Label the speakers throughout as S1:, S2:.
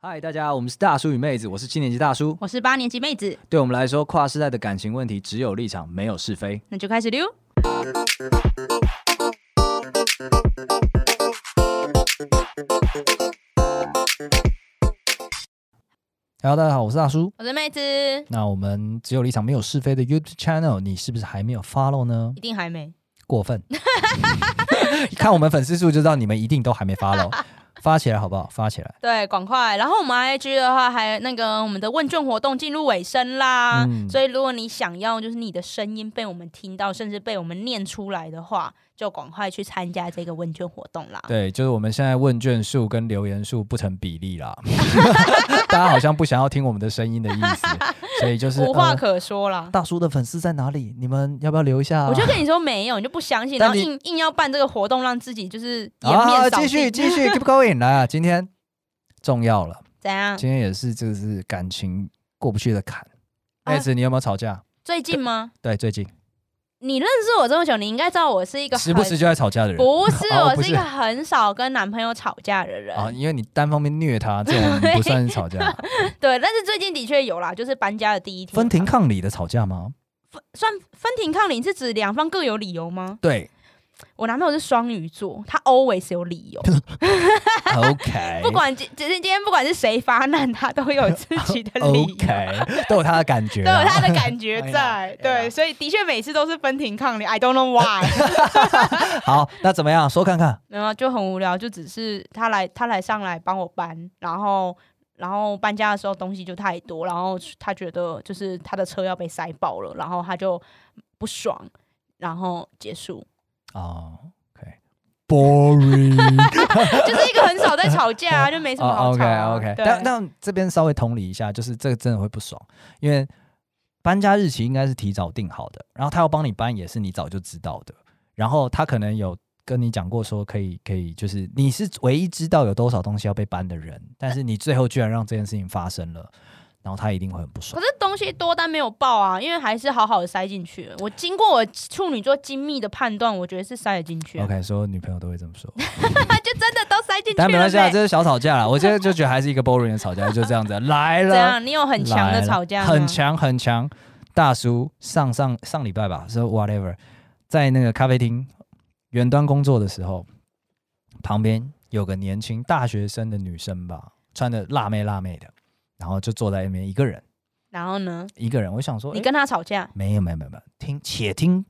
S1: 嗨，大家，我们是大叔与妹子，我是七年级大叔。
S2: 我是八年级妹子，
S1: 对我们来说，跨世代的感情问题只有立场，没有是非。
S2: 那就开始溜。
S1: Hello，大家好，我是大叔。
S2: 我是妹子，
S1: 那我们只有立场，没有是非的 YouTube channel，你是不是还没有 follow 呢？
S2: 一定还没。
S1: 过分，看我们粉丝数就知道你们一定都还没 follow，发起来好不好？发起来。
S2: 对，赶快。然后我们 IG 的话，还那个我们的问卷活动进入尾声啦。
S1: 嗯
S2: 所以如果你想要就是你的声音被我们听到，甚至被我们念出来的话，就赶快去参加这个问卷活动啦。
S1: 对，就是我们现在问卷数跟留言数不成比例 啦，大家好像不想要听我们的声音的意思，所以就是
S2: 无话
S1: 呃
S2: 可说啦。
S1: 大叔的粉丝在哪里？你们要不要留一下、啊
S2: 我就跟你说没有，你就不相信，然
S1: 呃但
S2: 后
S1: 你
S2: 硬硬要办这个活动，让自己就是颜
S1: 啊，
S2: 面扫
S1: 继
S2: 地
S1: 续。继续 keep going 来啊！今天重要了，
S2: 怎样？
S1: 今天也是就是感情过不去的坎。
S2: 啊
S1: 妹子，你有没有吵架？
S2: 最近吗？
S1: 对，最近
S2: 你认识我这么久，你应该知道我是一个
S1: 时不
S2: 很
S1: 时就在吵架的人
S2: 不是，
S1: 哦
S2: 我
S1: 不
S2: 是一
S1: 是
S2: 个很少跟男朋友吵架的人。
S1: 啊，因为你单方面虐他，这种不算是吵架，
S2: 对，但是最近的确有啦，就是搬家的第一天嘛。
S1: 分庭抗礼的吵架吗？
S2: 算分庭抗礼是指两方各有理由吗？
S1: 对
S2: 我男朋友是双鱼座，他 always 有理由，
S1: ，OK，
S2: 不管今今今天不管是谁发难，他都有自己的理由
S1: OK，都有他的感觉
S2: 都有
S1: 啊，
S2: 他的感觉
S1: 哎呀
S2: 在。
S1: 哎呀
S2: 对，所以的确每次都是分庭抗礼。I don't know why，
S1: 好，那怎么样？说看看，
S2: 没有就很无聊，就只是他来他来上来帮我搬，然后。然后搬家的时候东西就太多，然后他觉得就是他的车要被塞爆了，然后他就不爽，然后结束。
S1: 哦，OK，boring。
S2: 就是一个很少在吵架、啊，就没什么
S1: 哦
S2: 好吵、啊。
S1: OK OK，
S2: 对
S1: 但但这边稍微同理一下，就是这个真的会不爽，因为搬家日期应该是提早定好的，然后他要帮你搬也是你早就知道的，然后他可能有跟你讲过说可以可以，就是你是唯一知道有多少东西要被搬的人，但是你最后居然让这件事情发生了，然后他一定会很不
S2: 可
S1: 爽。
S2: 是东西多但没有爆啊，因为还是好好的塞进去了。我经过我处女座精密的判断，我觉得是塞得进去了，
S1: OK，所有女朋友都会这么 说，
S2: 就真的都塞进去了
S1: 但
S2: 呗。
S1: 没关系啊，这是小吵架啦。我现在就觉得还是一个 boring 的吵架，就这样子来
S2: 怎
S1: 了。
S2: 样？你有很强
S1: 来
S2: 的
S1: 了
S2: 吵架吗？
S1: 很强很强。大叔上上上礼拜吧，说 whatever，在那个咖啡厅远端工作的时候，旁边有个年轻大学生的女生吧，穿的辣妹辣妹的，然后就坐在那边一个人
S2: 然后呢？
S1: 一个人，我想说，
S2: 你
S1: 诶
S2: 跟他吵架，
S1: 没有没有没有没有，听且听，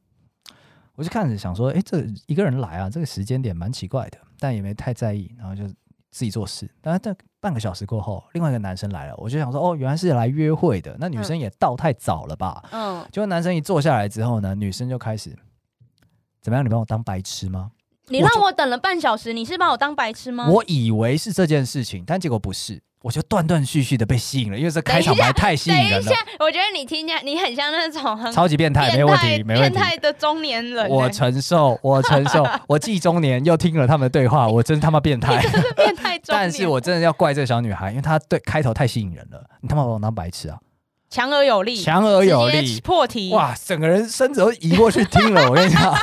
S1: 我就看着想说，哎，这一个人来啊，这个时间点蛮奇怪的，但也没太在意，然后就自己做事。但是但半个小时过后，另外一个男生来了，我就想说，哦，原来是来约会的，那女生也到太早了吧？
S2: 嗯，
S1: 结果男生一坐下来之后呢，女生就开始怎么样？你把我当白痴吗？
S2: 你
S1: 我
S2: 让
S1: 就
S2: 我等了半小时，你是把我当白痴吗？
S1: 我以为是这件事情，但结果不是，我就断断续续的被吸引了，因为这开场白太吸
S2: 等
S1: 引
S2: 一
S1: 人
S2: 下
S1: 了，，
S2: 我觉得你听起来你很像那种很
S1: 超级变态，没
S2: 变
S1: 问
S2: 态
S1: 题，没问
S2: 变
S1: 题。
S2: 态的中年人、欸，
S1: 我承受，我承 受，我记中年又听了他们的对话，我真他妈变态。
S2: 变态中年。
S1: 但是我真的要怪这个小女孩，因为她对开头太吸引人了，你他妈把我当白痴啊，
S2: 强而有力，
S1: 强而有
S2: 直接
S1: 力，
S2: 破题。
S1: 哇，整个人身子都移过去听了，我跟你 讲，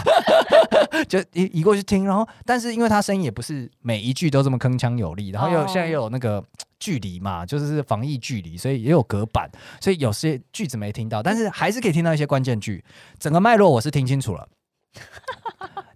S1: 就移移过去听，然后但是因为她声音也不是每一句都这么铿锵有力，然后又、
S2: 哦
S1: 现在又有那个。距离嘛，就是防疫距离，所以也有隔板，所以有些句子没听到，但是还是可以听到一些关键句。整个脉络我是听清楚 了。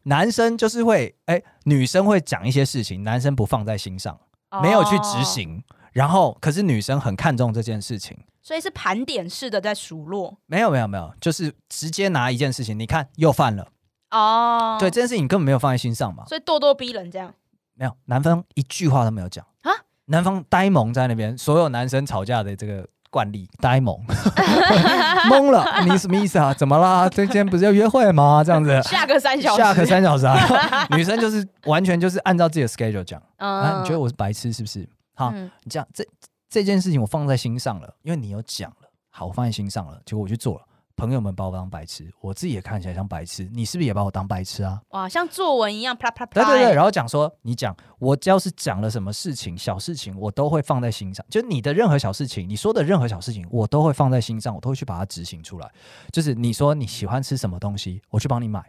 S1: 男生就是会，哎、女生会讲一些事情，男生不放在心上，没有去执
S2: 哦
S1: 行。然后，可是女生很看重这件事情。
S2: 所以是盘点式的在数落
S1: 没有，没有，没有，就是直接拿一件事情，你看又犯了。
S2: 哦
S1: 对，，这件事情根本没有放在心上嘛。
S2: 所以咄咄逼人这样。
S1: 没有，男方一句话都没有讲
S2: 啊，
S1: 男方呆萌在那边，所有男生吵架的这个惯例，呆萌，懵了，你什么意思啊？怎么啦？今天不是要约会吗？这样子
S2: 下个三小时，
S1: 呃下课三小时啊。 女生就是完全就是按照自己的 schedule 讲，
S2: 嗯
S1: 啊，你觉得我啊是白痴是不是？好，
S2: 嗯
S1: 你这样这这件事情我放在心上了，因为你有讲了，好，我放在心上了，结果我去做了。朋友们把我当白痴，我自己也看起来像白痴，你是不是也把我当白痴啊？
S2: 哇，像作文一样啪啦啪啦啪
S1: 对
S2: 啦。
S1: 对对，
S2: 欸，
S1: 然后讲说你讲，我只要是讲了什么事情、小事情，我都会放在心上。就你的任何小事情，你说的任何小事情，我都会放在心上，我都会去把它执行出来。就是你说你喜欢吃什么东西，我去帮你买，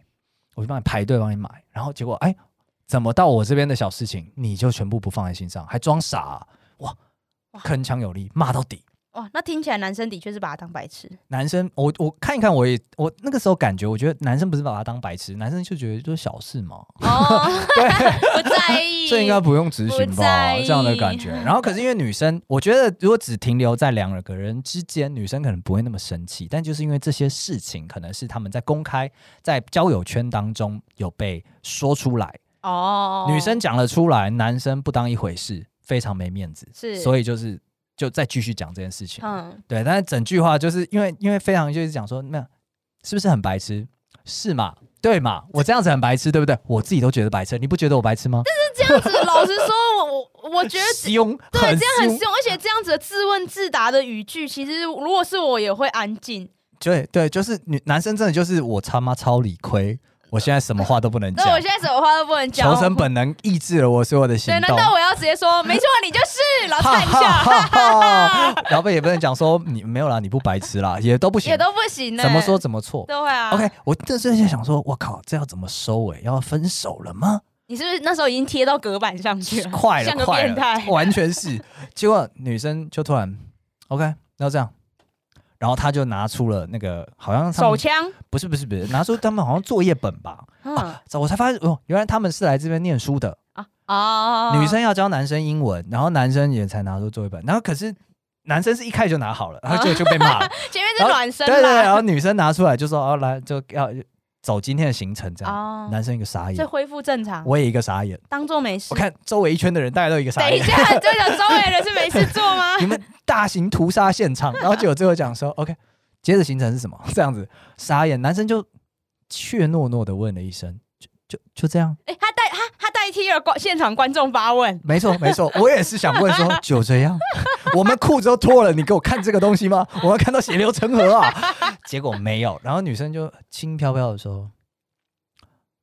S1: 我去帮你排队帮你买，然后结果哎，怎么到我这边的小事情你就全部不放在心上，还装傻啊、哇，
S2: 哇
S1: 铿锵有力，骂到底。
S2: 哇，那听起来男生的确是把他当 白痴。
S1: 男生，我我看一看，我也我那个时候感觉，我觉得男生不是把他当白痴，男生就觉得就是小事嘛，
S2: 哦， 不在意，
S1: 这应该不用执
S2: 不
S1: 行吧，
S2: 在
S1: 这样的感
S2: 意
S1: 觉。然后可是因为女生，我觉得如果只停留在两个人之间，女生可能不会那么生气，但就是因为这些事情，可能是他们在公开在交友圈当中有被说出来，
S2: 哦，
S1: 女生讲了出来，男生不当一回事，非常没面子，
S2: 是
S1: 所以就是就再继续讲这件事情。
S2: 嗯
S1: 对，但是整句话就是因为因为非常就是讲说，那是不是很白痴？是嘛？对嘛？我这样子很白痴，对不对？我自己都觉得白痴，你不觉得我白痴吗？
S2: 这样子，老实说，我我我 觉得
S1: 凶，
S2: 对这样很
S1: 凶，
S2: 凶，而且这样子的自问自答的语句，其实如果是我也会安静。
S1: 对对，就是女男生真的就是我他妈超理亏，我现在什么话都不能讲
S2: 那，我现在什么话都不能讲，
S1: 求生本能抑制了我所有的行
S2: 对，难
S1: 动。
S2: 道我要直接说没错，你就是， 然后
S1: 哈
S2: 看一下，
S1: 哈 哈哈！老板也不能讲说你没有啦，你不白痴啦，也都不行
S2: 也，都不行呢、
S1: 怎么说怎么错。
S2: 都会啊。
S1: OK，我这这在想说，我靠，这要怎么收尾？要分手了 吗？
S2: 你是不是那时候已经贴到隔板上去了？
S1: 快
S2: 啊像
S1: 了，
S2: 个
S1: 快
S2: 变态
S1: 了，完全是。结果女生就突然 OK，那这样，然后她就拿出了那个好像他
S2: 手
S1: 们
S2: 枪，
S1: 不是不是不是，拿出他们好像作业本吧，
S2: 嗯
S1: 啊，我才发现哦，原来他们是来这边念书的，
S2: 啊哦，
S1: 女生要教男生英文，然后男生也才拿出作业本，然后可是男生是一开始就拿好了，然后就就被骂了，
S2: 前哦 面是
S1: 然后
S2: 暖身
S1: 对
S2: 啦，
S1: 对对，哦然后女生拿出来就说哦来就要走今天的行程这样，
S2: 哦，
S1: 男生一个傻
S2: 这
S1: 眼，
S2: 恢复正常，
S1: 我也一个傻眼，
S2: 当做没事
S1: 我。看周围一圈的人大家都一个傻
S2: 等一
S1: 眼，？
S2: 下，这个周围人是没事做吗
S1: 你们大型屠杀现 场，然后结果最后讲说 OK，接着行程是什么？这样子傻眼，男生就怯懦懦的问了一声，就就就这样。
S2: 哎、他代他他代替了观现场观众发问，
S1: 没错，没错，我也是想问说，就这样，我们裤子都脱了，你给我看这个东西吗？我要看到血流成河啊！结果没有，然后女生就轻飘飘的说：“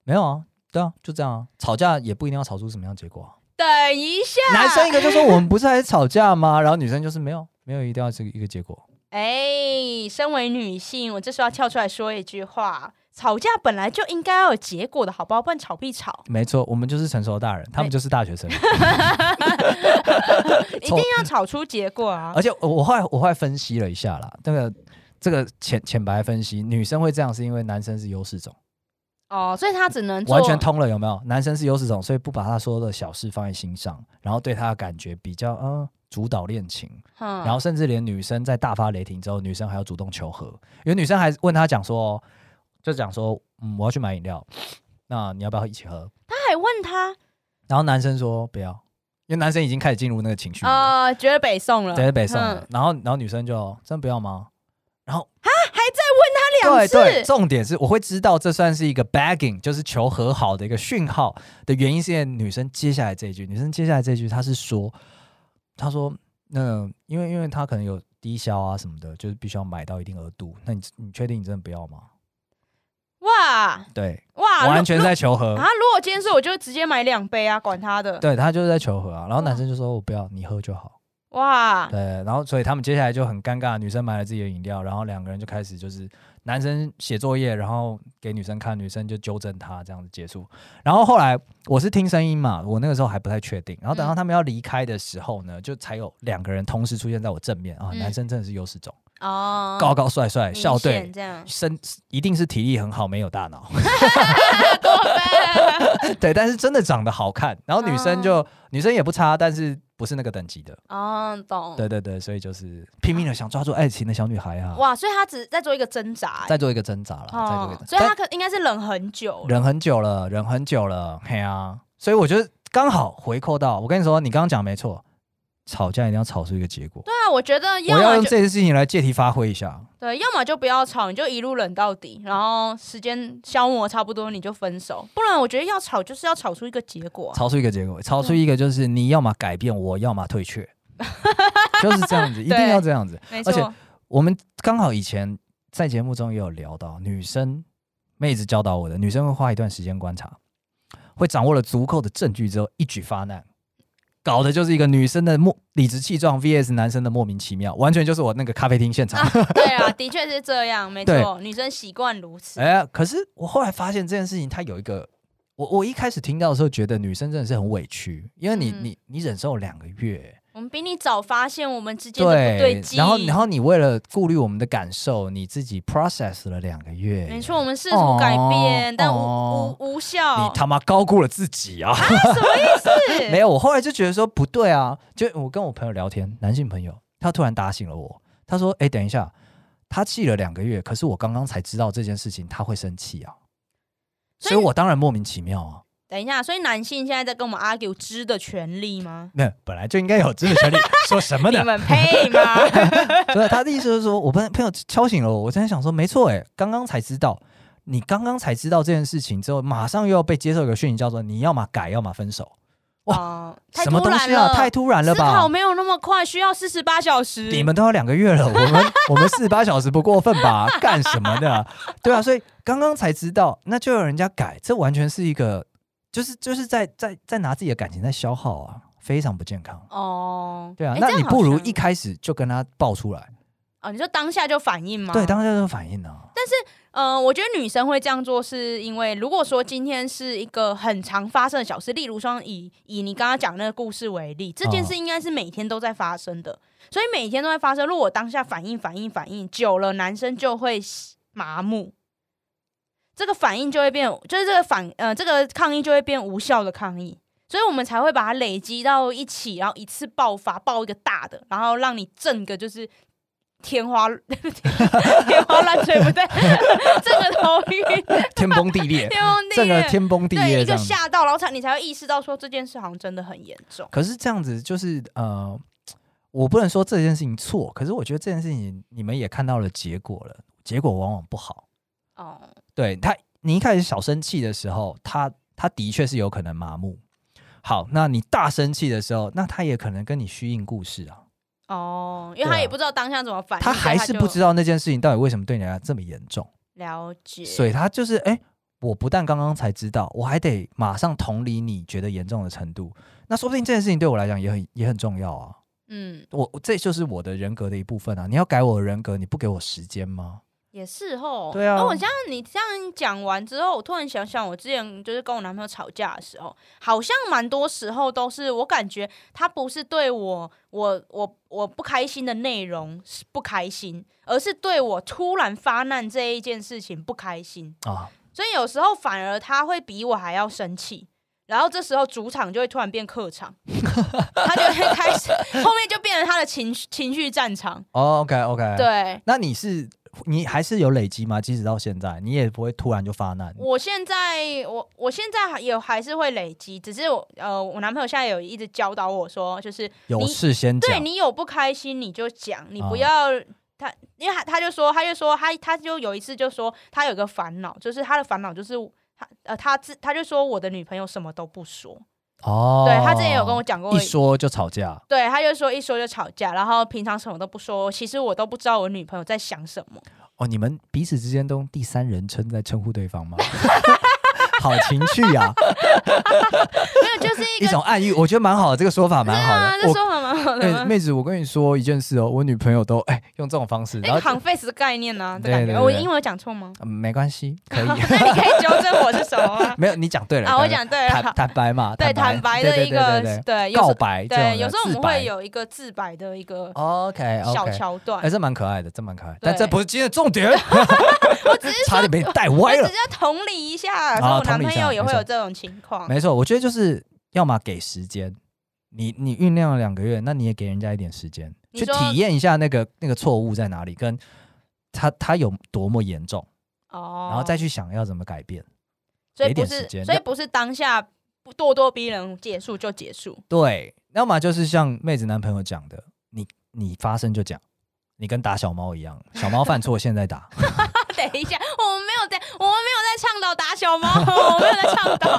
S1: 没有啊，对啊，就这样啊，吵架也不一定要吵出什么样的结果啊、
S2: 等一下，
S1: 男生一个就说：“我们不是还吵架吗？”然后女生就是没有，没有一定要这个一个结果。
S2: 哎、身为女性，我这时候要跳出来说一句话：吵架本来就应该要有结果的，好不好？不然吵必吵，
S1: 没错，我们就是成熟大人，他们就是大学生。
S2: 一定要吵出结果啊！
S1: 嗯而且我我后来我后来分析了一下啦，那个这个浅浅白分析，女生会这样是因为男生是优势种。
S2: 哦，所以他只能做
S1: 完全通了，有没有？男生是优势种，所以不把他说的小事放在心上，然后对他的感觉比较嗯主导恋情，
S2: 嗯
S1: 然后甚至连女生在大发雷霆之后，女生还要主动求和，有女生还问他讲说，就讲说嗯我要去买饮料，那你要不要一起喝？
S2: 他还问他，
S1: 然后男生说不要，因为男生已经开始进入那个情绪，了，
S2: 呃，觉得北宋了，
S1: 在北宋
S2: 嗯
S1: 了，然后然后女生就真不要吗？然后
S2: 还在问他两
S1: 对
S2: 次，
S1: 对，重点是我会知道这算是一个 bagging，就是求和好的一个讯号的原因，是因为女生接下来这一句，女生接下来这一句，她是说，她说，那、因为因为她可能有低消啊什么的，就是必须要买到一定额度，那你你确定你真的不要吗？
S2: 哇
S1: 对，
S2: 哇，
S1: 完全在求和
S2: 如。啊！如果今天是我，就直接买两杯啊，管他的，
S1: 对她就是在求和啊，然后男生就说我不要，你喝就好。
S2: 哇，
S1: 对，然后所以他们接下来就很尴尬，女生买了自己的饮料，然后两个人就开始就是男生写作业，然后给女生看，女生就纠正他，这样子结束。然后后来我是听声音嘛，我那个时候还不太确定。然后等到他们要离开的时候呢，就才有两个人同时出现在我正面啊，
S2: 嗯
S1: 男生真的是优势种，
S2: 哦，
S1: 高高帅帅，
S2: 明
S1: 校队
S2: 显。这样
S1: 身一定是体力很好，没有大 脑。对，但是真的长得好看，然后女生就、
S2: 啊
S1: 女生也不差，但是不是那个等级的。
S2: 哦，懂，
S1: 对对对，所以就是拼命的想抓住爱情的小女孩啊，
S2: 哇，所以他只在做一个挣扎、欸，
S1: 再做一个挣扎了，再做一个
S2: 哦
S1: 挣，
S2: 所以
S1: 扎
S2: 他。可应该是冷很久
S1: 但
S2: 了，
S1: 忍很久了，忍很久了，嘿啊，所以我觉得刚好回扣到，我跟你说，你刚刚讲没错，吵架一定要吵出一个结果。
S2: 对啊，我觉得
S1: 我要
S2: 么
S1: 用
S2: 就
S1: 这件事情来借题发挥一下，
S2: 对，要么就不要吵，你就一路冷到底，然后时间消磨差不多你就分手，不然我觉得要吵就是要吵出一个结果啊、
S1: 吵出一个结果，吵出一个就是你要么改变，我要么退 却，就是这样子，一定要这样子。
S2: 没
S1: 而且
S2: 错，
S1: 我们刚好以前在节目中也有聊到，女生妹子教导我的，女生会花一段时间观察，会掌握了足够的证据之后一举发难，搞的就是一个女生的莫理直气壮 VS 男生的莫名其妙，完全就是我那个咖啡厅现 场。
S2: 对啊，的确是这样，没
S1: 对
S2: 错，女生习惯如此。
S1: 哎、可是我后来发现这件事情，它有一个，我我一开始听到的时候觉得女生真的是很委屈，因为你、
S2: 嗯
S1: 你你忍受两个月，
S2: 我们比你早发现我们之间的不
S1: 对，
S2: 劲，
S1: 然后然后你为了顾虑我们的感受，你自己 process 了两个月，
S2: 没错，我们试图改变，
S1: 哦
S2: 但无、
S1: 哦
S2: 无无效。
S1: 你他妈高估了自己啊！
S2: 什么意 思？
S1: 没有，我后来就觉得说不对啊，就我跟我朋友聊天，男性朋友，他突然打醒了我，他说：“哎，等一下，他记了两个月，可是我刚刚才知道这件事情，他会生气啊，
S2: 所
S1: 所
S2: 以
S1: 以我当然莫名其妙啊。”
S2: 等一下，所以男性现在在跟我们 argue 知的权利吗？
S1: 那本来就应该有知识权利，说什么
S2: 你
S1: 呢？
S2: 们配吗？
S1: 所以他的意思就是说，我朋朋友敲醒了我，我真的想说，没错，哎，刚刚才知道，你刚刚才知道这件事情之后，马上又要被接受一个讯息，叫做你要么改，要么分手，哇
S2: 哦，太
S1: 什么
S2: 突
S1: 东
S2: 然
S1: 西
S2: 了，
S1: 啊？太突然了
S2: 思考
S1: 吧！
S2: 没有那么快，需要四十八小时。
S1: 你们都要两个月 了，我们我们四十八小时不过分吧？ 干什么呢？对啊，所以刚刚才知道，那就有人家改，这完全是一个，就是就是在在在拿自己的感情在消耗啊，非常不健康。
S2: 哦，
S1: 对啊，
S2: 诶
S1: 那
S2: 这样
S1: 你不如
S2: 好像
S1: 一开始就跟他爆出来，
S2: 哦，你说当下就反应吗？
S1: 对，当下就反应 啊。
S2: 呃，我觉得女生会这样做，是因为如果说今天是一个很常发生的小事，例如说以以你刚刚讲那个故事为例，这件事应该是每天都在发生的，所以每天都在发生。如果我当下反应、反应、反应久了，男生就会麻木，这个反应就会变，就是这个反呃这个抗议就会变无效的抗议。所以我们才会把它累积到一起，然后一次爆发，爆一个大的，然后让你震个就是天花 天花乱坠，不对，震个头晕，
S1: 天崩地 裂，
S2: 天崩地
S1: 整个
S2: 裂，
S1: 天崩地
S2: 对，
S1: 裂
S2: 一
S1: 这样
S2: 个
S1: 子。
S2: 吓到，然后才你才会意识到说这件事好像真的很严重。
S1: 可是这样子就是呃，我不能说这件事情错，可是我觉得这件事情你们也看到了结果了，结果往往不好。
S2: 哦，
S1: 对他，你一开始小生气的时候，他他的确是有可能麻木。好，那你大生气的时候，那他也可能跟你虚应故事啊，
S2: 哦，因为
S1: 对啊
S2: 他也不知道当下怎么反应，
S1: 他还是不知
S2: 道
S1: 道那件事情到底为什么对你来讲这么严重，
S2: 了解，
S1: 所以他就是哎、诶我不但刚刚才知道，我还得马上同理你觉得严重的程度，那说不定这件事情对我来讲也很也很重要啊。
S2: 嗯，
S1: 我我这就是我的人格的一部分啊！你要改我的人格，你不给我时间吗？
S2: 也是哦。
S1: 对啊
S2: 哦我像你这样讲完之后，我突然想想，我之前就是跟我男朋友吵架的时候，好像蛮多时候都是我感觉他不是对我我我我不开心的内容是不开心，而是对我突然发难这一件事情不开心。
S1: 啊，
S2: 所以有时候反而他会比我还要生气，然后这时候主场就会突然变客场， 他就会开始后面就变成他的情绪情绪战场。
S1: 哦、o k OK，，
S2: 对
S1: 那你是你还是有累积吗？即使到现在，你也不会突然就发难
S2: 我现在我我现在还有还是会累积，只是我呃我男朋友现在有一直教导我说，就是
S1: 有
S2: 你
S1: 事先
S2: 对
S1: 讲
S2: 你有不开心你就讲，你不
S1: 啊
S2: 要。他，因为他他就说，他就说他他就有一次就说他有一个烦恼，就是他的烦恼就是他呃他自他就说我的女朋友什么都不说，
S1: 哦。
S2: 对他之前有跟我讲过
S1: 一说就吵架，
S2: 对，他就说一说就吵架，然后平常什么都不说，其实我都不知道我女朋友在想什么。
S1: 哦，你们彼此之间都用第三人称在称呼对方吗？ 好情趣 呀、
S2: 没有，就是一
S1: 一
S2: 个
S1: 种暗喻，我觉得蛮好的，这个说法蛮好
S2: 啊，
S1: 的。
S2: 这
S1: 我
S2: 说法蛮好的
S1: 哎、
S2: 吗。
S1: 妹子，我跟你说一件事哦，我女朋友都哎、用这种方式，
S2: 那
S1: 然
S2: 个
S1: 后、
S2: confess 的概念呢、啊？的
S1: 对
S2: 感觉
S1: 对对
S2: 我
S1: 对
S2: 英文有讲 错吗？
S1: 嗯没关系，可以？
S2: 那，你可以纠正我是什么吗
S1: 没有你讲对 了
S2: 啊，我
S1: 对了
S2: 讲对
S1: 坦
S2: 了，
S1: 坦白嘛，
S2: 对，坦白的一个
S1: 对对对对
S2: 对，
S1: 对
S2: 有
S1: 告
S2: 时
S1: 白这种的，
S2: 对，有时候我们
S1: 自白哦
S2: 会有一个自白的一个
S1: OK
S2: 小
S1: OK，
S2: 桥段
S1: 哎，。这蛮可爱的，这蛮可爱的，但
S2: 对
S1: 这不是今天的重点，
S2: 我只是
S1: 差点被你带
S2: 我
S1: 歪
S2: 只
S1: 了
S2: 是。要同理一
S1: 好
S2: 下，所以我
S1: 同
S2: 男
S1: 理一
S2: 朋
S1: 下
S2: 友也
S1: 没
S2: 会
S1: 错
S2: 有这种情况。
S1: 没错，我觉得就是要么给时间，你你酝酿了两个月，那你也给人家一点时间
S2: 你
S1: 去
S2: 说
S1: 体验一下那个那个错误在哪里，跟他他有多么严重，
S2: 哦，
S1: 然后再去想要怎么改变。
S2: 所以
S1: 给点
S2: 不是
S1: 时，间
S2: 所以
S1: 要
S2: 不是当下不咄咄逼人，结束就结束。
S1: 对，要么就是像妹子男朋友讲的，你你发声就讲，你跟打小猫一样，小猫犯错现在 打。
S2: 等一下，我们没有在，我们没有在倡导打小 猫，我没有在倡导，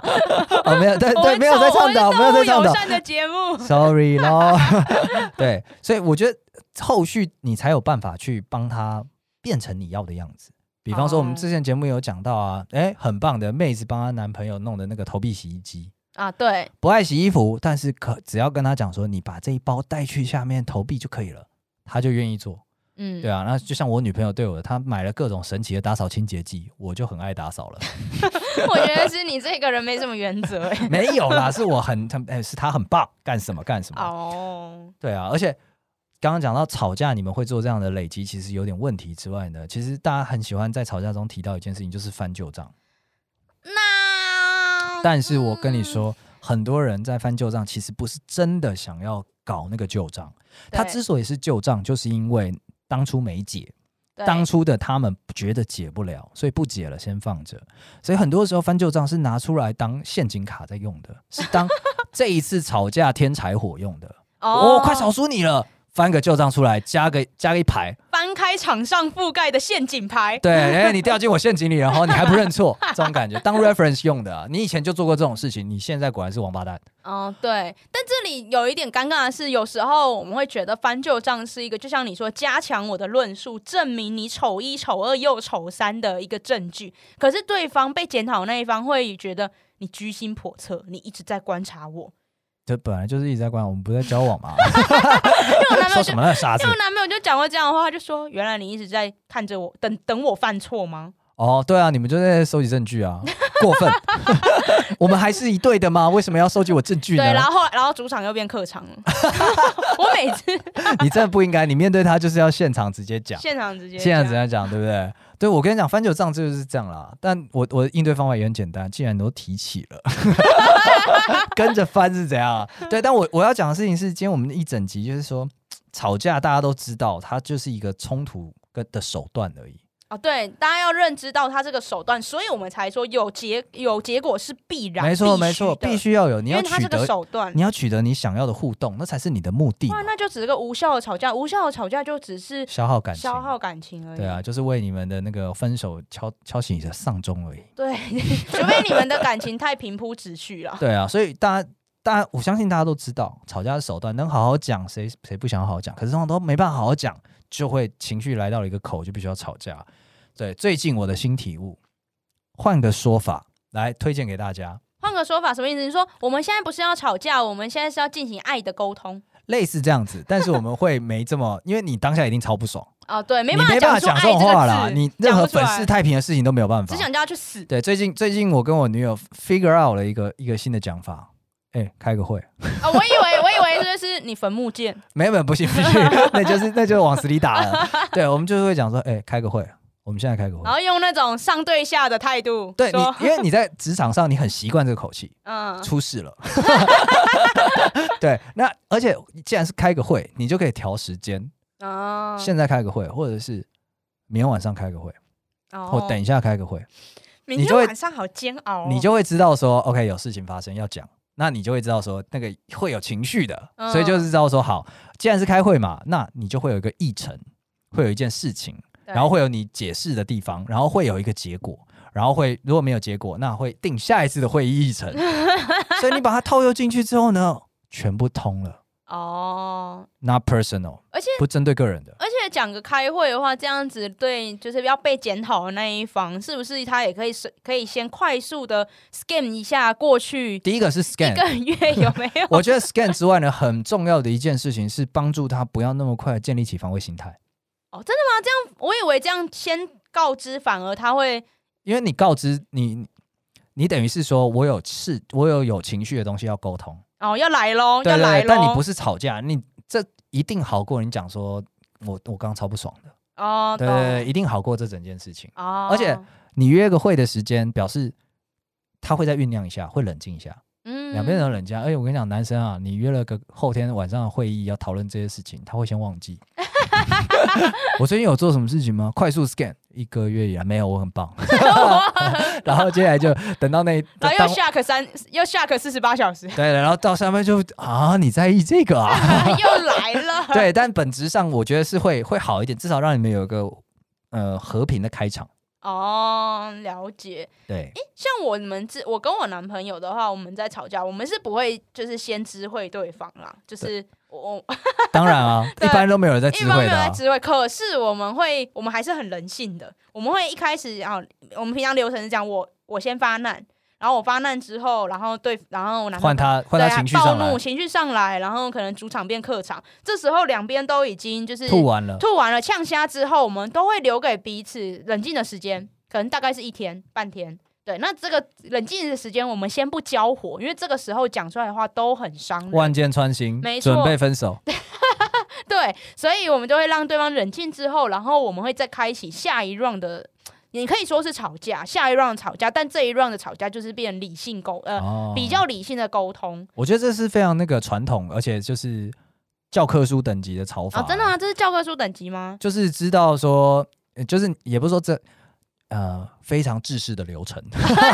S1: 哦，没有，对
S2: 我
S1: 对，
S2: 们
S1: 没有在倡导，没有在倡
S2: 友
S1: 导
S2: 善的节目。
S1: ，sorry 咯。 对，所以我觉得后续你才有办法去帮他变成你要的样子。比方说，我们
S2: 哦
S1: 之前节目有讲到啊，哎，很棒的妹子帮她男朋友弄的那个投币洗衣机，
S2: 啊，对，
S1: 不爱洗衣服，但是可只要跟他讲说，你把这一包带去下面投币就可以了，他就愿意做。
S2: 嗯，
S1: 对啊，那就像我女朋友对我的，她买了各种神奇的打扫清洁剂，我就很爱打扫了。
S2: 我觉得是你这个人没什么原 则哎。
S1: 没有啦，是我很他哎、是他很棒，干什么干什么。
S2: 哦，
S1: 对啊，而且刚刚讲到吵架，你们会做这样的累积，其实有点问题之外呢，其实大家很喜欢在吵架中提到一件事情，就是翻旧账。
S2: 那
S1: 但是我跟你，说，很多人在翻旧账，其实不是真的想要搞那个旧账，他
S2: 对
S1: 之所以是旧账，就是因为当初没解。
S2: 对
S1: 当初的他们觉得解不了，所以不解了，先放着。所以很多时候翻旧账是拿出来当陷阱卡在用的，是当 这一次吵架添柴火用的。哦，快少输你了，翻个旧账出来，加个加个一排。
S2: 翻开场上覆盖的陷阱牌，
S1: 对，哎、你掉进我陷阱里，然后你还不认错，这种感觉当 reference 用的、啊。你以前就做过这种事情，你现在果然是王八蛋。
S2: 嗯，对。但这里有一点尴尬的是，有时候我们会觉得翻旧账是一个，就像你说，加强我的论述，证明你丑一、丑二又丑三的一个证据。可是对方被检讨那一方会觉得你居心叵测，你一直在观察我。
S1: 这本来就是一直在管，我们不是在交往嘛？
S2: 因为我男
S1: 说
S2: 朋友
S1: 什
S2: 就，
S1: 么呢，傻子
S2: 因为？我男朋友就讲过这样的话，他就说：“原来你一直在看着我，等等我犯错吗？”
S1: 哦，对啊，你们就在收集证据啊，过分。 我们还是一对的吗？为什么要收集我证据
S2: 对，
S1: 呢？
S2: 然后后来然后主场又变客场了。 我每次
S1: 你真的不应该，你面对他就是要现场直接讲，
S2: 现场直接
S1: 现场直
S2: 样，
S1: 接讲，对不对？对，我跟你讲，翻旧账就是这样啦。但我我的应对方法也很简单，既然你都提起了， 跟着翻是怎样啊？对，但我我要讲的事情是，今天我们一整集就是说，吵架大家都知道，它就是一个冲突跟的手段而已。
S2: 哦，对，大家要认知到他这个手段，所以我们才说有结有结果是必然，
S1: 没错，没错，必
S2: 必须
S1: 须要有，你
S2: 的，
S1: 要
S2: 因为他
S1: 取
S2: 这个
S1: 得
S2: 手段。
S1: 你要取得你想要的互动，那才是你的目的
S2: 不
S1: 嘛，
S2: 然那就只是个无效的吵架，无效的吵架就只是
S1: 消耗感情。
S2: 消耗感情而已。
S1: 对啊，就是为你们的那个分手敲敲醒你的丧钟而已。
S2: 对， 除非你们的感情太平铺直叙了。
S1: 对啊，所以大家。大家，我相信大家都知道，吵架的手段能好好讲，谁谁不想好好讲？可是通常都没办法好好讲，就会情绪来到了一个口，就必须要吵架。对，最近我的新体悟，换个说法来推荐给大家，
S2: 换个说法，什么意思？你说我们现在不是要吵架，我们现在是要进行爱的沟通。
S1: 类似这样子，但是我们会没这么，因为你当下一定超不爽，
S2: 哦，对，没
S1: 你没办
S2: 讲
S1: 法
S2: 出
S1: 讲
S2: 爱
S1: 这种话啦，
S2: 个字，
S1: 你任何粉
S2: 讲
S1: 饰
S2: 不出来
S1: 太平的事情都没有办法
S2: 只。想叫他去死。
S1: 对，最近最近我跟我女友 figure out 了一个一个新的讲法，哎、开个会，
S2: 啊、我以为我以为就是你坟墓见，
S1: 没有没有，不行不 行，那就是那就是往死里打了。对，我们就是会讲说，哎、开个会， 我们现在开个会
S2: 然。后用那种上对下的态度
S1: 对
S2: 说，
S1: 你，因为你在职场上你很习惯这个口气，
S2: 嗯，
S1: 出事了。 对，那而且既然是开个会，你就可以调时间，
S2: 哦，
S1: 现在开个会，或者是明天晚上开个会，或
S2: 哦
S1: 等一下开个会，
S2: 明
S1: 你
S2: 天
S1: 就会
S2: 晚上好煎熬哦、
S1: 你就会知道说，OK，有事情发生要讲。那你就会知道说那个会有情绪的，
S2: 嗯
S1: 所以就是知道说好，既然是开会嘛，那你就会有一个议程，会有一件事情，
S2: 对
S1: 然后会有你解释的地方，然后会有一个结果，然后会如果没有结果，那会定下一次的会议议 程。所以你把它套用进去之后呢，全部通了
S2: 哦，
S1: ，not personal，
S2: 而且
S1: 不针对个人的。
S2: 而且讲个开会的话，这样子对就是要被检讨的那一方，是不是他也可以是可以先快速的 scan 一下过去
S1: 第一个是
S2: 一
S1: scan。
S2: 个月有没有？
S1: 我觉得 scan 之外呢，很重要的一件事情是帮助他不要那么快地建立起防卫心态，
S2: 哦，真的吗？这样我以为这样先告知，反而他会
S1: 因为你告知你，你等于是说我有事，我有有情绪的东西要沟通，
S2: 哦要来喽，
S1: 对
S2: 要
S1: 对
S2: 来
S1: 对
S2: 喽，，
S1: 但你不是吵架，你这一定好过你讲说我我刚刚超不爽的，
S2: 哦，
S1: 对
S2: 懂
S1: 对，对一定好过这整件事情。
S2: 哦，
S1: 而且你约个会的时间，表示他会再酝酿一下，会冷静一下，
S2: 嗯
S1: 两边人都冷静一下。而且我跟你讲，男生啊，你约了个后天晚上的会议要讨论这些事情，他会先忘 记。我最近有做什么事情吗？快速 scan 一个月以来没有，我很 棒。 然后接下来就等到那
S2: 然后
S1: 当
S2: 又下课三，又下课四十八小 时，
S1: 对，然后到上面就啊，你在意这个 啊？
S2: 又来了。
S1: 对，但本质上我觉得是会会好一点，至少让你们有一个呃和平的开场。
S2: 哦，了解。
S1: 对，
S2: 像我们之，我跟我男朋友的话，我们在吵架，我们是不会就是先知会对方啦，就是我我
S1: 当然啊，一
S2: 对
S1: 般都没有人在
S2: 一
S1: 智
S2: 般没
S1: 慧
S2: 有
S1: 的、
S2: 在
S1: 啊。
S2: 知会，可是我们会，我们还是很人性的，我们会一开始啊，我们平常流程是这样，我我先发难，然后我发难之后，然后对，然后我男朋友
S1: 换他换他
S2: 对啊
S1: 情绪上
S2: 暴
S1: 来
S2: 怒，，情绪上来，然后可能主场变客场，这时候两边都已经就是
S1: 吐完了，
S2: 吐完了呛虾之后，我们都会留给彼此冷静的时间，可能大概是一天半天。对，那这个冷静的时间我们先不交火，因为这个时候讲出来的话都很伤人。
S1: 万箭穿心
S2: 没，错
S1: 准备分手，
S2: 对，所以我们就会让对方冷静之后，然后我们会再开启下一 round 的，你可以说是吵架，下一 round 吵架，但这一 round 的吵架就是变理性沟呃、
S1: 哦
S2: 比较理性的沟通。
S1: 我觉得这是非常那个传统，而且就是教科书等级的吵法、
S2: 啊，真的吗？这是教科书等级吗？
S1: 就是知道说，呃就是也不是说这呃非常制式的流 程，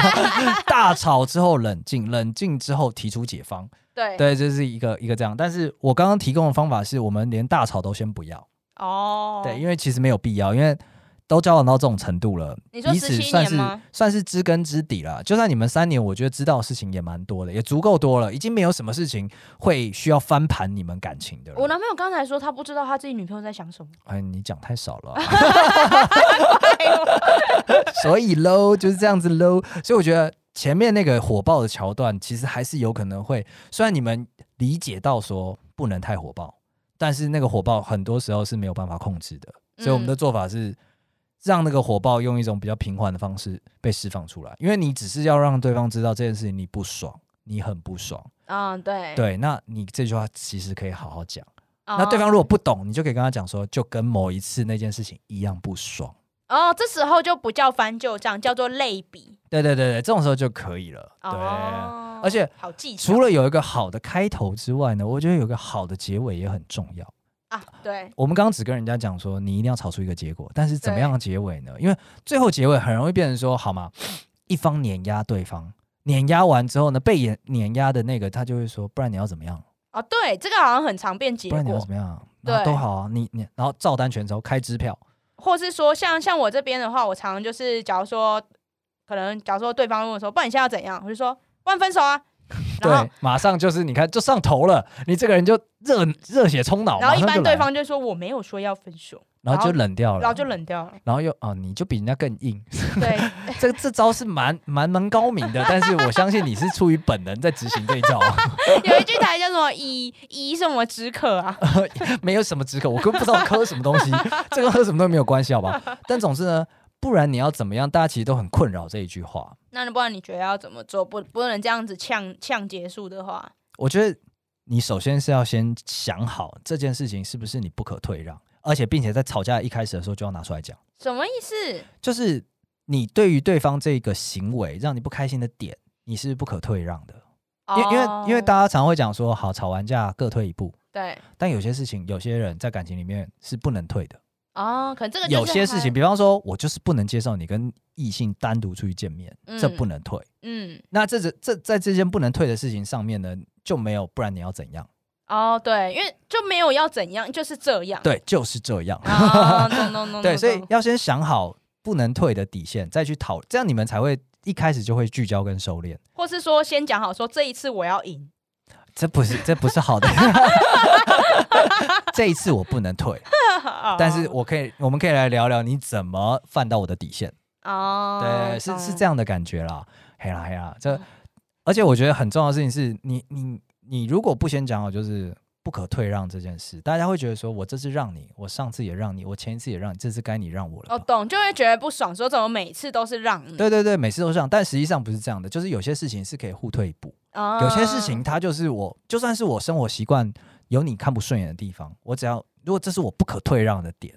S1: 大吵之后冷静，冷静之后提出解方，
S2: 对，
S1: 对，这是一个一个这样。但是我刚刚提供的方法是我们连大吵都先不要，
S2: 哦，
S1: 对，，因为其实没有必要，因为。都交往到这种程度了，
S2: 你说
S1: 彼此
S2: 17
S1: 算
S2: 年
S1: 是
S2: 吗
S1: 算是知根知底了。就算你们三年，我觉得知道的事情也蛮多的，也足够多了，已经没有什么事情会需要翻盘你们感情的了。
S2: 我男朋友刚才说他不知道他自己女朋友在 想什么，哎
S1: 哎，你讲太少了啊、所以喽， 就是这样子喽。所以我觉得前面那个火爆的桥段，其实还是有可能会，虽然你们理解到说不能太火爆，但是那个火爆很多时候是没有办法控制的。所以我们
S2: 嗯
S1: 的做法是让那个火爆用一种比较平缓的方式被释放出来，因为你只是要让对方知道这件事情你不爽，你很不爽。
S2: 嗯，对，
S1: 对，那你这句话其实可以好好讲。
S2: 哦，
S1: 那对方如果不懂，你就可以跟他讲说，就跟某一次那件事情一样不爽。
S2: 哦，这时候就不叫翻旧账，叫做类比，
S1: 对对对对，这种时候就可以了。对，
S2: 哦，
S1: 而且
S2: 好技巧，
S1: 除了有一个好的开头之外呢，我觉得有个好的结尾也很重要。
S2: 啊，对，
S1: 我们刚刚只跟人家讲说，你一定要吵出一个结果，但是怎么
S2: 对
S1: 样的结尾呢？因为最后结尾很容易变成说，好嘛，一方碾压对方，碾压完之后呢，被碾碾压的那个他就会说，不然你要怎么样？
S2: 哦，对，这个好像很常变结
S1: 不然你要
S2: 果
S1: 怎，么样？然后
S2: 对
S1: 都好啊，你你然后照单全收，开支票。
S2: 或是说像像我这边的话，我常常就是假如说，可能假如说对方问我说，不然你现在要怎样，我就说，不然分手啊，然后
S1: 对，马上就是你看就上头了，你这个人就热热血冲脑，
S2: 然后一
S1: 马上
S2: 般
S1: 就来
S2: 对，方就说我没有说要分手，
S1: 然后就
S2: 然后
S1: 冷掉了，
S2: 然后就，冷掉了，
S1: 然后又啊，你就比人家更硬，
S2: 对，
S1: 这这招是蛮蛮蛮高明的，但是我相信你是出于本能在执行这一招，
S2: 有一句台叫什么以以什么止渴啊，
S1: 没有什么止渴，我根本不知道喝什么东西， 这跟喝什么都没有关系，好吧？但总之呢，不然你要怎么样？大家其实都很困扰这一句话，
S2: 那不然你觉得要怎么做？不不能这样子呛呛结束的话，
S1: 我觉得你首先是要先想好这件事情是不是你不可退让，而且并且在吵架一开始的时候就要拿出来讲。
S2: 什么意思？
S1: 就是你对于对方这个行为让你不开心的点，你是不可退让的。因为因为因为大
S2: 家
S1: 家常会讲说，好吵完架各退一步，
S2: 对
S1: 但有些事情，有些人在感情里面是不能退的。
S2: 哦，可能这个就是
S1: 有些事情，
S2: 还
S1: 比方说，我就是不能接受你跟异性单独出去见面，这
S2: 嗯
S1: 不能退。
S2: 嗯
S1: 那这这这在这件不能退的事情上面呢，就没有，不然你要怎样？
S2: 哦对，因为就没有要怎样，就是这样。
S1: 对，就是这样。
S2: 嗯啊，懂懂懂。
S1: 对，
S2: 懂
S1: 所以
S2: 懂
S1: 要先想好不能退的底线，再去讨，这样你们才会一开始就会聚焦跟收敛。
S2: 或是说先讲好说这一次我要赢，
S1: 这不是这不是好的。这一次我不能退，
S2: 哦
S1: 但是我可以，我们可以来聊聊你怎么犯到我的底线。
S2: 哦，
S1: 对，是是这
S2: 样
S1: 样的感觉啦。嘿啦嘿啦，这
S2: 嗯
S1: 而且我觉得很重要的事情是你你你如果不先讲好，哦就是不可退让这件事，大家会觉得说我这次让你，我上次也让你，我前一次也让你，这次该你让我了吧。
S2: 哦，懂就会觉得不爽，说怎么每次都是让你，
S1: 对对对，每次都这样，但实际上不是这样的，就是有些事情是可以互退一步。
S2: 哦
S1: 有些事情它就是我，就算是我生活习惯有你看不顺眼的地方，我只要如果这是我不可退让的点，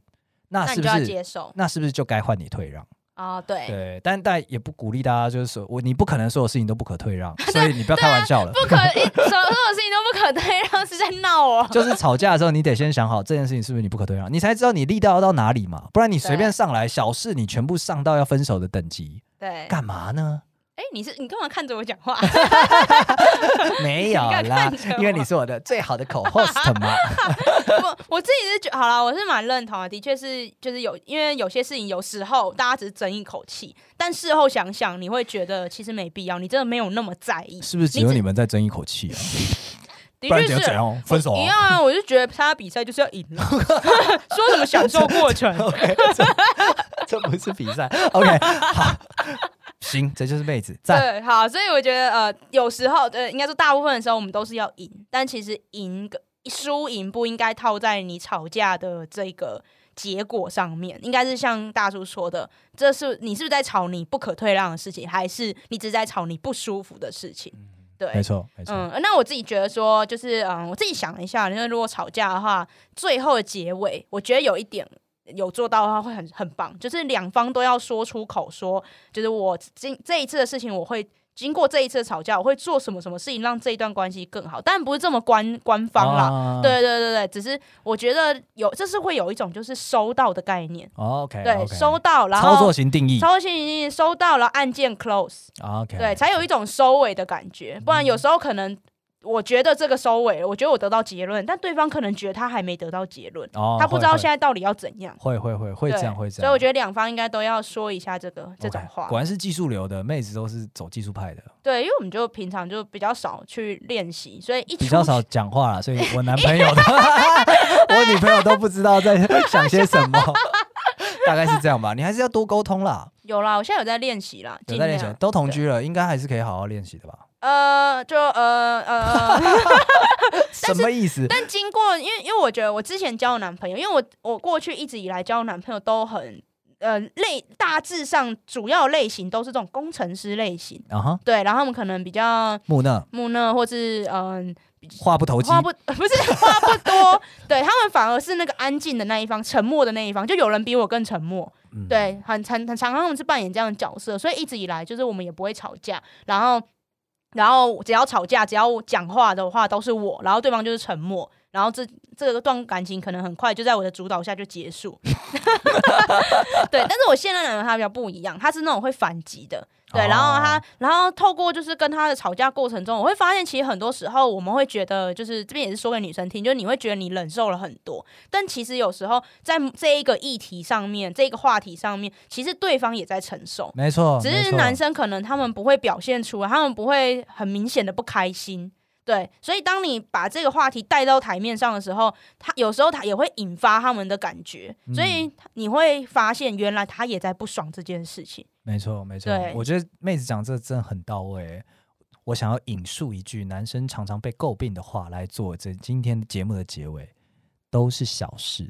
S1: 那
S2: 那
S1: 啊是
S2: 你
S1: 不
S2: 就要
S1: 是
S2: 接受
S1: 那是不是就该换你退让？
S2: 啊，对，
S1: 对，但但也不鼓励大家，就是说我你不可能所有事情都不可退 让，所以你不要开玩笑了。
S2: 不可一 所所有事情都不可退让，是在闹哦。
S1: 就是吵架的时候，你得先想好这件事情是不是你不可退让，你才知道你力道要到哪里嘛，不然你随便
S2: 对
S1: 上来小事，你全部上到要分手的等级，
S2: 对，
S1: 干嘛呢？
S2: 哎，你是你干嘛看着我讲话？
S1: 没有
S2: 你
S1: 啦
S2: 看着，
S1: 因为
S2: 我
S1: 你是我的最好的口 host 嘛。
S2: 我我自己是觉好了，我是蛮认同的，的确是就是有，因为有些事情有时候大家只是争一口气，但事后想想，你会觉得其实没必要，你真的没有那么在意。
S1: 是不是只
S2: 你
S1: 有
S2: 只
S1: 你们在争一口气啊？
S2: 的
S1: 不然
S2: 确
S1: 怎样怎
S2: 是。
S1: 样分手
S2: 一
S1: 啊？
S2: 样啊！我就觉得参加比赛就是要赢了， 说什么享受过程，
S1: OK，这这不是比赛。OK，好，行，这就是妹子，赞。
S2: 对，好，所以我觉得呃，有时候呃，应该说大部分的时候我们都是要赢，但其实赢个输赢不应该套在你吵架的这个结果上面，应该是像大叔说的，这是你是不是在吵你不可退让的事情，还是你只是在吵你不舒服的事情？对，
S1: 没错，没错。
S2: 嗯，那我自己觉得说，就是嗯，我自己想了一下，就是如果吵架的话，最后的结尾，我觉得有一点有做到的话会很很棒，就是两方都要说出口说，就是我今这一次的事情，我会经过这一次的吵架，我会做什么什么事情让这一段关系更好，但不是这么官官方啦。
S1: 啊
S2: 对对对对，只是我觉得有，这是会有一种就是收到的概念，
S1: 哦，OK，
S2: 对
S1: OK
S2: 收到，然后
S1: 操作型定义
S2: 操作性已经收到了，按键 close。
S1: 啊，OK，
S2: 对，才有一种收尾的感觉。不然
S1: 嗯
S2: 有时候可能我觉得这个收尾，我觉得我得到结论，但对方可能觉得他还没得到结论，
S1: 哦，
S2: 他不知道
S1: 会
S2: 现在到底要怎样。
S1: 会会会会
S2: 对，
S1: 这样会这样，
S2: 所以我觉得两方应该都要说一下这个这种
S1: OK，
S2: 话。
S1: 果然是技术流的妹子都是走技术派的，
S2: 对，因为我们就平常就比较少去练习，所以一出
S1: 比较少
S2: 去
S1: 讲话啦，所以我男朋友的 我女朋友都不知道在 想些什么，大概是这样吧。你还是要多沟通啦，
S2: 有啦。我现在有在练习啦，
S1: 有
S2: 尽
S1: 在练习
S2: 量，
S1: 都同居了，应该还是可以好好练习的吧？
S2: 呃，就呃呃。
S1: 什么意思？
S2: 但经过，因为因为我觉得我之前交的男朋友，因为我我过去一直以来交的男朋友都很呃类，大致上主要类型都是这种工程师类型，
S1: 啊哈，
S2: 对，然后他们可能比较
S1: 木讷，
S2: 木讷，或是嗯、
S1: 话不投机
S2: 话不 不是话不多，对他们反而是那个安静的那一方，沉默的那一方，就有人比我更沉默，
S1: 嗯
S2: 对，很常很常常他们是扮演这样的角色，所以一直以来就是我们也不会吵架，然后然后只要吵架，只要我讲话的话都是我，然后对方就是沉默，然后这这个段感情可能很快就在我的主导下就结束。 对，但是我现在的男友他比较不一样，他是那种会反击的。对，然后他，然后透过就是跟他的吵架过程中，我会发现，其实很多时候我们会觉得，就是这边也是说给女生听，就是你会觉得你忍受了很多，但其实有时候在这一个议题上面，这个话题上面，其实对方也在承受，
S1: 没错，
S2: 只
S1: 哦没
S2: 是
S1: 错
S2: 男生可能他们不会表现出来，他们不会很明显的不开心。对，所以当你把这个话题带到台面上的时候，他有时候他也会引发他们的感觉，
S1: 嗯
S2: 所以你会发现原来他也在不爽这件事情。
S1: 没错，没错
S2: 对。
S1: 我觉得妹子讲这真的很到位欸。我想要引述一句男生常常被诟病的话来做这今天节目的结尾，都是小事。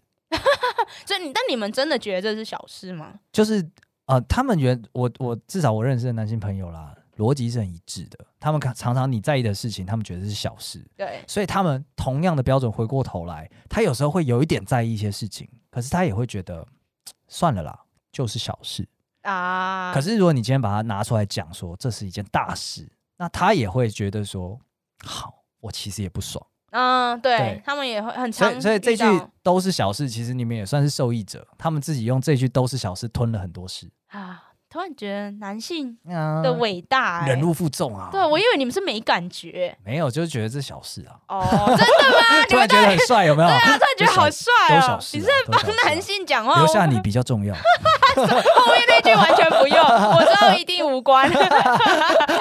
S2: 所以你，但你们真的觉得这是小事吗？
S1: 就是呃，他们原我我至少我认识的男性朋友啦，逻辑是很一致的。他们看常常你在意的事情，他们觉得是小事，
S2: 对，
S1: 所以他们同样的标准回过头来，他有时候会有一点在意一些事情，可是他也会觉得嘖算了啦，就是小事。
S2: 啊，
S1: 可是如果你今天把它拿出来讲说这是一件大事，那他也会觉得说好，我其实也不爽。
S2: 嗯，对
S1: 对
S2: 他们也会很
S1: 所
S2: 常
S1: 以所以这
S2: 遇
S1: 句
S2: 到
S1: 都是小事，其实你们也算是受益者，他们自己用这句都是小事吞了很多事。
S2: 啊，突然觉得男性
S1: 啊
S2: 的伟大、欸，
S1: 忍辱负重啊，
S2: 对我以为你们是没感觉
S1: 没有，就是觉得这小事啊，
S2: 哦， 真的吗？你
S1: 突然
S2: 们啊
S1: 觉得很帅，有没有？
S2: 突然觉得好帅
S1: 都
S2: 哦、
S1: 小事啊
S2: 你是在
S1: 都小事
S2: 帮
S1: 啊
S2: 男性讲话，
S1: 留
S2: 我
S1: 下你比较重要，
S2: 后面那句完全 不用，我知道一定无关。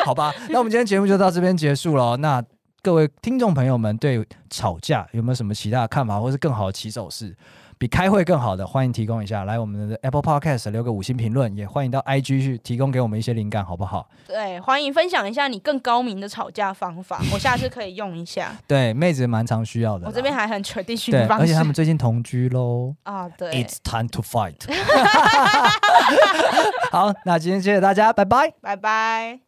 S1: 好吧？那我们今天节目就到这边结束了。那各位听众朋友们，对吵架有没有什么其他的看法，或是更好的起手式，比开会更好的，欢迎提供一下。来我们的 Apple Podcast 留个五星评论，也欢迎到 IG 去提供给我们一些灵感，好不好？
S2: 对，欢迎分享一下你更高明的吵架方法，我下次可以用 一下。
S1: 对，妹子蛮常需要的啦。
S2: 我这边还很确定寻
S1: 对，
S2: 方
S1: 而且他
S2: 式
S1: 们最近同居喽。
S2: 啊， 对，
S1: It's time to fight 。好，那今天谢谢大家，拜拜。
S2: 拜拜。